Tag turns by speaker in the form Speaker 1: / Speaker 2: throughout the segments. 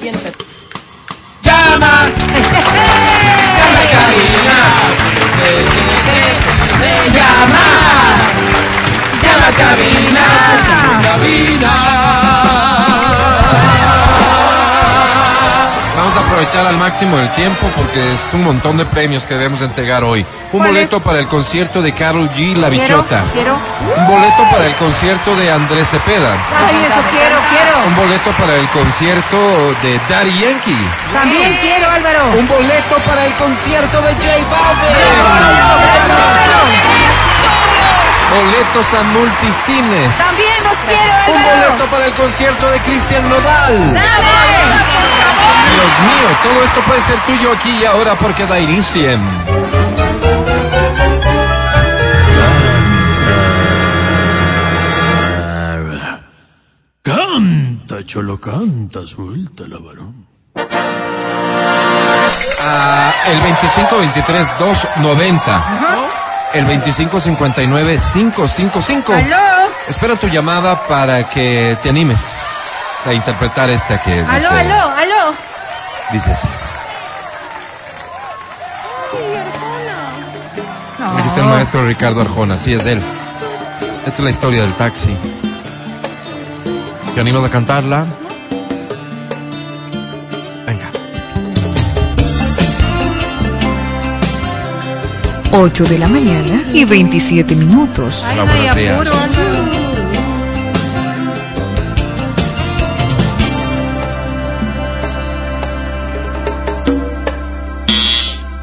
Speaker 1: bien, pero...
Speaker 2: ¡Llama! ¡Llama cabina! ¡Se llama! ¡Llama cabina! ¡Llama cabina!
Speaker 3: Vamos a aprovechar al máximo el tiempo porque es un montón de premios que debemos entregar hoy. Un
Speaker 4: ¿Cuál
Speaker 3: boleto
Speaker 4: es?
Speaker 3: para el concierto de Carol G. La
Speaker 4: Quiero,
Speaker 3: Bichota.
Speaker 4: quiero. ¡Uh!
Speaker 3: Un boleto para el concierto de Andrés Cepeda.
Speaker 4: Ay, eso quiero, quiero.
Speaker 3: Un boleto para el concierto de Daddy Yankee.
Speaker 4: También quiero, Álvaro.
Speaker 3: Un boleto para el concierto de J Balvin. Boletos a multicines.
Speaker 4: También los quiero,
Speaker 3: Un
Speaker 4: Álvaro.
Speaker 3: boleto para el concierto de Cristian Nodal.
Speaker 4: Dame.
Speaker 3: Dios mío, todo esto puede ser tuyo aquí y ahora porque da inicio. en
Speaker 5: Canta, cholo, canta, suelta la varón.
Speaker 3: ah, el 2523-290. El 2559-555.
Speaker 4: Aló.
Speaker 3: Espera tu llamada para que te animes a interpretar esta que
Speaker 4: Aló,
Speaker 3: dice,
Speaker 4: aló, aló.
Speaker 3: dice así. Aquí está el maestro Ricardo Arjona, sí es él. Esta es la historia del taxi. ¿Te animas a cantarla? Venga.
Speaker 6: 8 de la mañana y 27 minutos.
Speaker 4: Ay, no
Speaker 3: Hola,
Speaker 4: hay
Speaker 3: buenos días.
Speaker 4: apuro, Álvaro.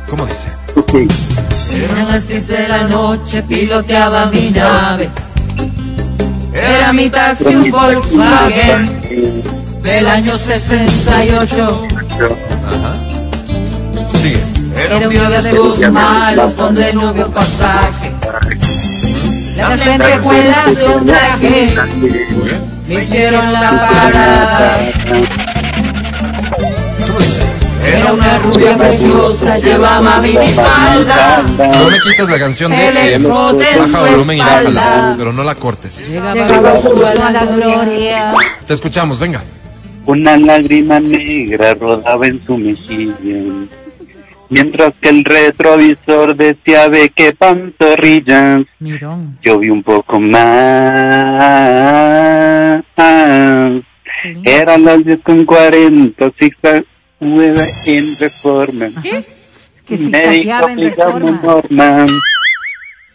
Speaker 3: ¿Cómo dice?
Speaker 1: Eran las 10 de la noche, piloteaba mi nave. Era mi taxi, un Volkswagen del año 68.
Speaker 3: Sigue.
Speaker 1: Era un día de sus malos donde no vio pasaje. Las lentejuelas de un traje me hicieron la parada. Era una rubia preciosa, llevaba a mi falda.
Speaker 3: No me quites la canción de
Speaker 1: El
Speaker 3: eh,
Speaker 1: escote en
Speaker 3: Baja
Speaker 1: su
Speaker 3: volumen y bájala,
Speaker 1: espalda.
Speaker 3: pero no la cortes.
Speaker 1: Llegaba su alma a la gloria.
Speaker 3: Te escuchamos, venga.
Speaker 7: Una lágrima negra rodaba en su mejilla, mientras que el retrovisor decía ve qué pantorrillas.
Speaker 4: Mirón.
Speaker 7: Yo vi un poco más. Eran las 10 con 40, zigzag, nueva en reforma.
Speaker 4: Es que si
Speaker 7: Me dijo
Speaker 4: cambiaba en
Speaker 7: "Sigamos,
Speaker 4: reforma.
Speaker 7: Norma",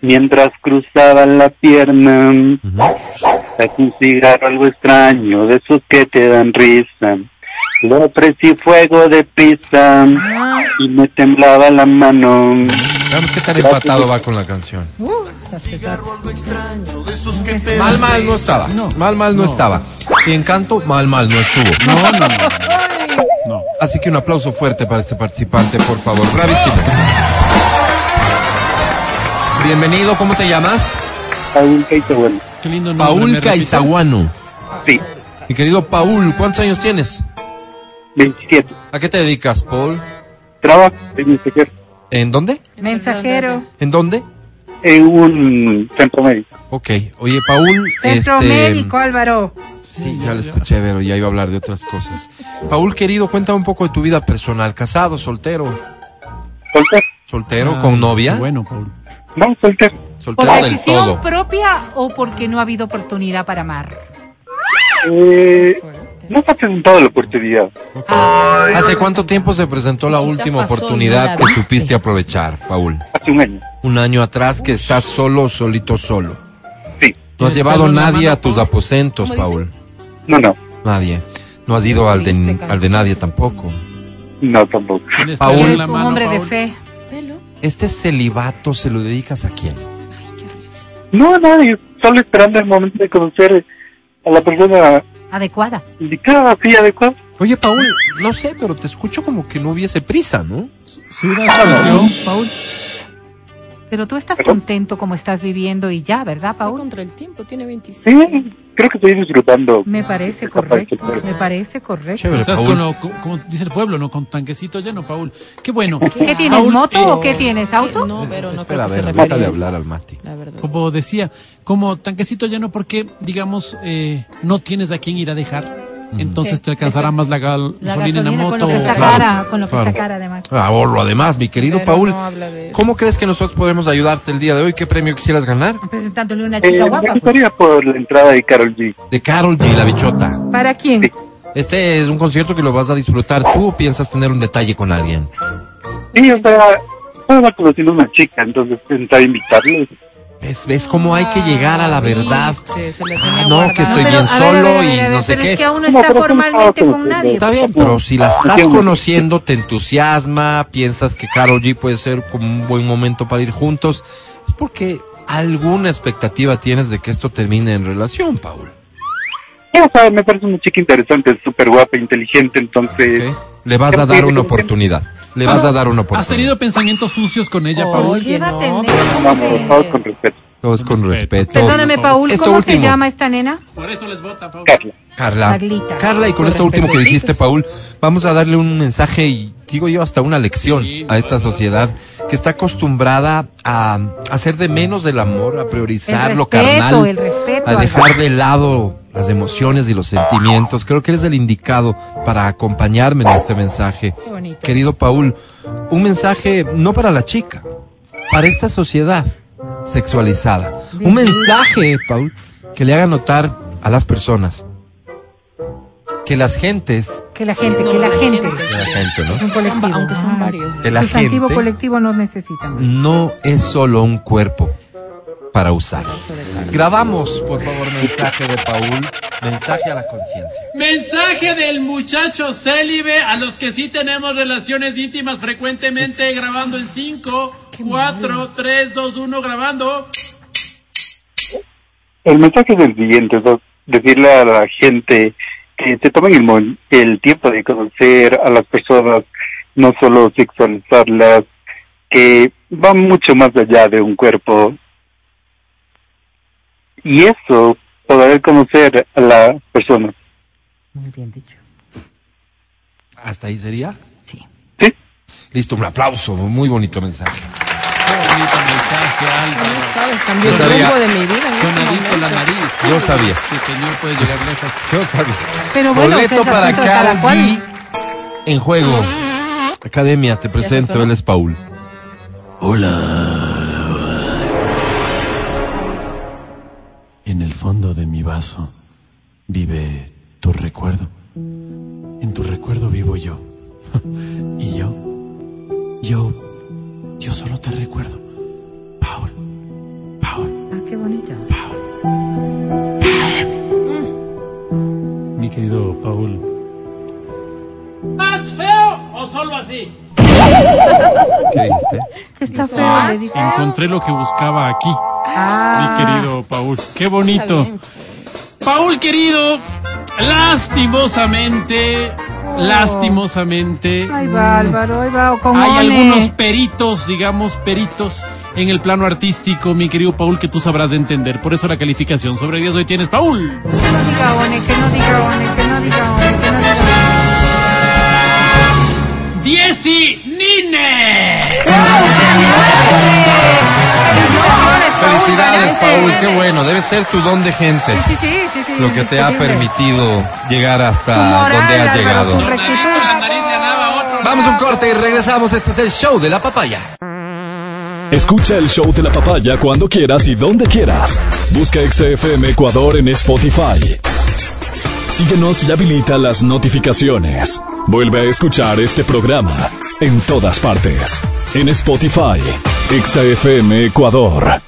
Speaker 7: Mientras cruzaba la pierna, sacó un cigarro algo extraño, de esos que te dan risa. Le ofrecí fuego de prisa
Speaker 4: Ah,
Speaker 7: y me temblaba la mano.
Speaker 3: Veamos qué tan empatado va con la canción.
Speaker 4: uh, sacerdote.
Speaker 3: Mal, mal no estaba. Mal, mal no, estaba. Y encanto, mal, mal no estuvo. No, no, no. Así que un aplauso fuerte para este participante, por favor. Bravísimo. Bienvenido, ¿cómo te llamas?
Speaker 7: Aún que hizo bueno.
Speaker 5: Qué lindo nombre. ¿me
Speaker 3: Paul
Speaker 5: repites?
Speaker 3: Caizaguano.
Speaker 7: Sí,
Speaker 3: Mi querido Paul, ¿cuántos años tienes?
Speaker 7: 27.
Speaker 3: ¿A qué te dedicas, Paul?
Speaker 7: Trabajo de mensajero
Speaker 3: ¿En dónde?
Speaker 4: Mensajero.
Speaker 3: ¿En dónde?
Speaker 7: en Eh, un centro médico.
Speaker 3: Ok, oye Paul,
Speaker 4: Centro
Speaker 3: este,
Speaker 4: médico, Álvaro.
Speaker 3: sí, ya le escuché, pero ya iba a hablar de otras cosas. Paul querido, cuéntame un poco de tu vida personal, casado, soltero,
Speaker 7: ¿Soltero?
Speaker 3: soltero
Speaker 5: Ah,
Speaker 3: con novia,
Speaker 5: qué Bueno, Paul.
Speaker 7: No, soltero.
Speaker 4: ¿Por
Speaker 3: soltero del todo.
Speaker 4: decisión
Speaker 1: pues.
Speaker 4: propia o porque no ha habido oportunidad para amar?
Speaker 7: Eh, no se ha presentado la oportunidad.
Speaker 3: Ok. ¿Hace cuánto tiempo se presentó la
Speaker 1: Quizá
Speaker 3: última
Speaker 1: pasó y no
Speaker 3: oportunidad
Speaker 1: la
Speaker 3: que
Speaker 1: viste.
Speaker 3: supiste aprovechar, Paul?
Speaker 7: Hace un año.
Speaker 3: Un año atrás que estás solo, solito, solo.
Speaker 7: Sí.
Speaker 3: No has
Speaker 5: ¿Y el
Speaker 3: llevado
Speaker 5: pelo en la
Speaker 3: nadie
Speaker 5: mano,
Speaker 3: a tus
Speaker 5: Paul?
Speaker 3: aposentos,
Speaker 1: ¿Cómo dice?
Speaker 3: Paul.
Speaker 7: No, no.
Speaker 3: Nadie. No has ido al de,
Speaker 1: Triste
Speaker 3: al de nadie tampoco.
Speaker 7: No, tampoco.
Speaker 5: Tienes
Speaker 3: Paul.
Speaker 5: pelo en
Speaker 4: Eres
Speaker 5: la
Speaker 4: un
Speaker 5: mano,
Speaker 4: hombre de
Speaker 5: Paul.
Speaker 4: fe.
Speaker 3: ¿Este celibato se lo dedicas a quién?
Speaker 7: No, nadie. Solo esperando el momento de conocer a la persona
Speaker 4: Adecuada.
Speaker 7: indicada, así adecuada.
Speaker 3: Oye, Paul, no sé, pero te escucho como que no hubiese prisa, ¿no?
Speaker 5: Suda, pasión, Paul.
Speaker 4: Pero tú estás
Speaker 7: ¿Perdón?
Speaker 4: contento como estás viviendo y ya, ¿verdad,
Speaker 1: Está
Speaker 4: Paul?
Speaker 1: contra el tiempo, tiene 25.
Speaker 7: Sí, creo que estoy disfrutando.
Speaker 4: Me parece
Speaker 7: Está
Speaker 4: correcto.
Speaker 7: perfecto.
Speaker 4: Me parece correcto.
Speaker 3: Chévere,
Speaker 5: Estás
Speaker 3: Paul.
Speaker 5: con lo, co- como dice el pueblo, ¿no? Con tanquecito lleno, Paul. Qué bueno.
Speaker 4: ¿Qué tienes,
Speaker 5: Paul,
Speaker 4: moto
Speaker 5: eh,
Speaker 4: o qué tienes, auto?
Speaker 1: No, pero no
Speaker 3: Eh,
Speaker 1: creo
Speaker 3: Espera, a
Speaker 1: que se
Speaker 3: ver,
Speaker 1: refiere
Speaker 3: déjale
Speaker 1: a eso,
Speaker 3: hablar al Mati.
Speaker 1: La verdad.
Speaker 5: Como decía, como tanquecito lleno porque, digamos, eh, no tienes a quién ir a dejar. entonces te alcanzará más la, gal-
Speaker 1: La
Speaker 5: gasolina en
Speaker 1: gasolina
Speaker 5: la
Speaker 1: con lo
Speaker 5: moto.
Speaker 1: que
Speaker 4: Está
Speaker 3: Claro,
Speaker 4: cara, con lo que
Speaker 3: claro.
Speaker 4: está cara además.
Speaker 3: Ahorro Ah, además, mi querido
Speaker 2: Pero
Speaker 3: Paul.
Speaker 2: no habla de eso.
Speaker 3: ¿Cómo crees que nosotros podremos ayudarte el día de hoy? ¿Qué premio quisieras ganar?
Speaker 4: Presentándole una
Speaker 7: Eh,
Speaker 4: chica
Speaker 7: me
Speaker 4: guapa. pues.
Speaker 7: gustaría por la entrada de Carol G.
Speaker 3: De Carol G, la bichota.
Speaker 4: ¿Para quién?
Speaker 3: Este es un concierto que lo vas a disfrutar tú o piensas tener un detalle con alguien.
Speaker 7: Sí, o sea, estaba conociendo una chica, entonces pensaba invitarle.
Speaker 3: ¿Ves, ves cómo hay que llegar a la verdad?
Speaker 2: Viste, se le
Speaker 3: Ah,
Speaker 2: tenía
Speaker 3: no,
Speaker 2: guardado.
Speaker 3: que estoy
Speaker 4: Pero,
Speaker 3: bien
Speaker 4: a ver, a ver, a
Speaker 3: solo
Speaker 4: ver, a
Speaker 3: y
Speaker 4: ver,
Speaker 3: no sé
Speaker 4: Pero es que
Speaker 3: qué.
Speaker 4: aún no
Speaker 7: No,
Speaker 4: está
Speaker 7: pero es un
Speaker 4: formalmente
Speaker 7: trabajo,
Speaker 4: con
Speaker 7: sí,
Speaker 4: nadie.
Speaker 3: Está bien, pero si la estás conociendo, te entusiasma, piensas que Carol G puede ser como un buen momento para ir juntos, es porque alguna expectativa tienes de que esto termine en relación, Paul.
Speaker 7: Sí, o sea, me parece una chica interesante, súper guapa, inteligente, entonces...
Speaker 3: ¿ok? Le vas a dar una oportunidad. Le vas a dar una
Speaker 5: ¿Has
Speaker 3: oportunidad.
Speaker 5: tenido pensamientos sucios con ella,
Speaker 2: Oh,
Speaker 5: Paul?
Speaker 2: Oye,
Speaker 4: Llévate,
Speaker 2: no,
Speaker 4: nena,
Speaker 2: pero
Speaker 4: ¿cómo
Speaker 7: Vamos,
Speaker 4: crees?
Speaker 7: vamos con respeto.
Speaker 3: Todo es con
Speaker 5: Con
Speaker 3: respeto.
Speaker 5: respeto.
Speaker 4: Perdóname,
Speaker 5: Esto
Speaker 4: Paul, ¿cómo se
Speaker 3: último.
Speaker 4: llama esta nena?
Speaker 5: Por eso les vota, Paul.
Speaker 7: Carla,
Speaker 3: Carla.
Speaker 4: Carlita.
Speaker 3: Carla, y con
Speaker 2: Con
Speaker 3: esto último que
Speaker 2: respetecitos.
Speaker 3: dijiste, Paul, vamos a darle un mensaje y digo yo hasta una lección a esta sociedad que está acostumbrada a hacer de menos el amor, a priorizar
Speaker 4: El
Speaker 3: lo
Speaker 4: respeto,
Speaker 3: carnal,
Speaker 4: el respeto,
Speaker 3: a dejar
Speaker 4: Álvaro.
Speaker 3: de lado las emociones y los sentimientos. Creo que eres el indicado para acompañarme en este mensaje.
Speaker 4: Qué bonito.
Speaker 3: Querido Paul, un mensaje no para la chica, para esta sociedad sexualizada. Un mensaje, Paul, que le haga notar a las personas que las gentes,
Speaker 4: Que la gente, que la gente.
Speaker 3: que la gente, ¿no?
Speaker 4: Es un colectivo.
Speaker 2: Aunque son
Speaker 4: Ah,
Speaker 2: varios.
Speaker 3: Que la
Speaker 4: Sustantivo
Speaker 3: gente-
Speaker 4: colectivo no necesitan.
Speaker 3: no es solo un cuerpo para usar. Grabamos, por favor, mensaje de Paul, mensaje a la conciencia.
Speaker 5: Mensaje del muchacho célibe a los que sí tenemos relaciones íntimas frecuentemente grabando en 5, 4, 3, 2, 1 grabando.
Speaker 7: El mensaje es el siguiente, es decirle a la gente que se tomen el, mon- el tiempo de conocer a las personas, no solo sexualizarlas, que va mucho más allá de un cuerpo. Y eso, poder conocer a la persona.
Speaker 4: Muy bien dicho.
Speaker 3: ¿Hasta ahí sería?
Speaker 4: Sí.
Speaker 7: Sí.
Speaker 3: Listo, un aplauso, muy bonito mensaje.
Speaker 5: Qué bonito mensaje, Álvaro.
Speaker 2: ¿Sabes? Cambió el
Speaker 3: Yo sabía.
Speaker 2: rumbo de mi vida. en este
Speaker 5: Sonadito la
Speaker 2: momento.
Speaker 5: nariz.
Speaker 3: Yo sabía.
Speaker 5: Sí, señor puede llegar lejos.
Speaker 3: Yo sabía.
Speaker 4: Pero bueno, ese
Speaker 3: Boleto
Speaker 4: es
Speaker 3: para
Speaker 4: asunto de
Speaker 3: Carol
Speaker 4: cada cual.
Speaker 3: G en juego. Academia, te presento,
Speaker 2: sonó.
Speaker 3: él es Paul.
Speaker 5: En el fondo de mi vaso vive tu recuerdo. En tu recuerdo vivo yo. y yo, yo, yo solo te recuerdo. Paul, Paul,
Speaker 4: Ah, qué bonito.
Speaker 5: Paul. Mi querido Paul. ¿Más feo o solo así?
Speaker 3: ¿Qué dijiste?
Speaker 4: Que está feo, le dije.
Speaker 5: Encontré lo que buscaba aquí.
Speaker 4: Ah,
Speaker 5: Mi querido Paul, qué bonito. Paul querido, lastimosamente, lastimosamente,
Speaker 4: Ahí va Álvaro, ahí va Ocongone.
Speaker 5: hay algunos peritos, digamos, peritos en el plano artístico, mi querido Paul, que tú sabrás de entender. Por eso la calificación sobre 10 hoy tienes, Paul.
Speaker 4: Que no diga One, que no diga One, que no diga One, que no diga
Speaker 5: 10 y Nine.
Speaker 3: Felicidades, Paul, qué bueno. Debe ser tu don de gentes.
Speaker 4: Sí, sí, sí, sí, sí,
Speaker 3: lo que te ha
Speaker 4: indiscutible.
Speaker 3: permitido llegar hasta
Speaker 4: Su moral,
Speaker 3: donde has
Speaker 4: Álvaro,
Speaker 3: llegado.
Speaker 4: su rectitud.
Speaker 5: Ah,
Speaker 3: Vamos a un corte y regresamos. Este es el show de la papaya.
Speaker 8: Escucha el show de la papaya cuando quieras y donde quieras. Busca XFM Ecuador en Spotify. Síguenos y habilita las notificaciones. Vuelve a escuchar este programa en todas partes. En Spotify, XFM Ecuador.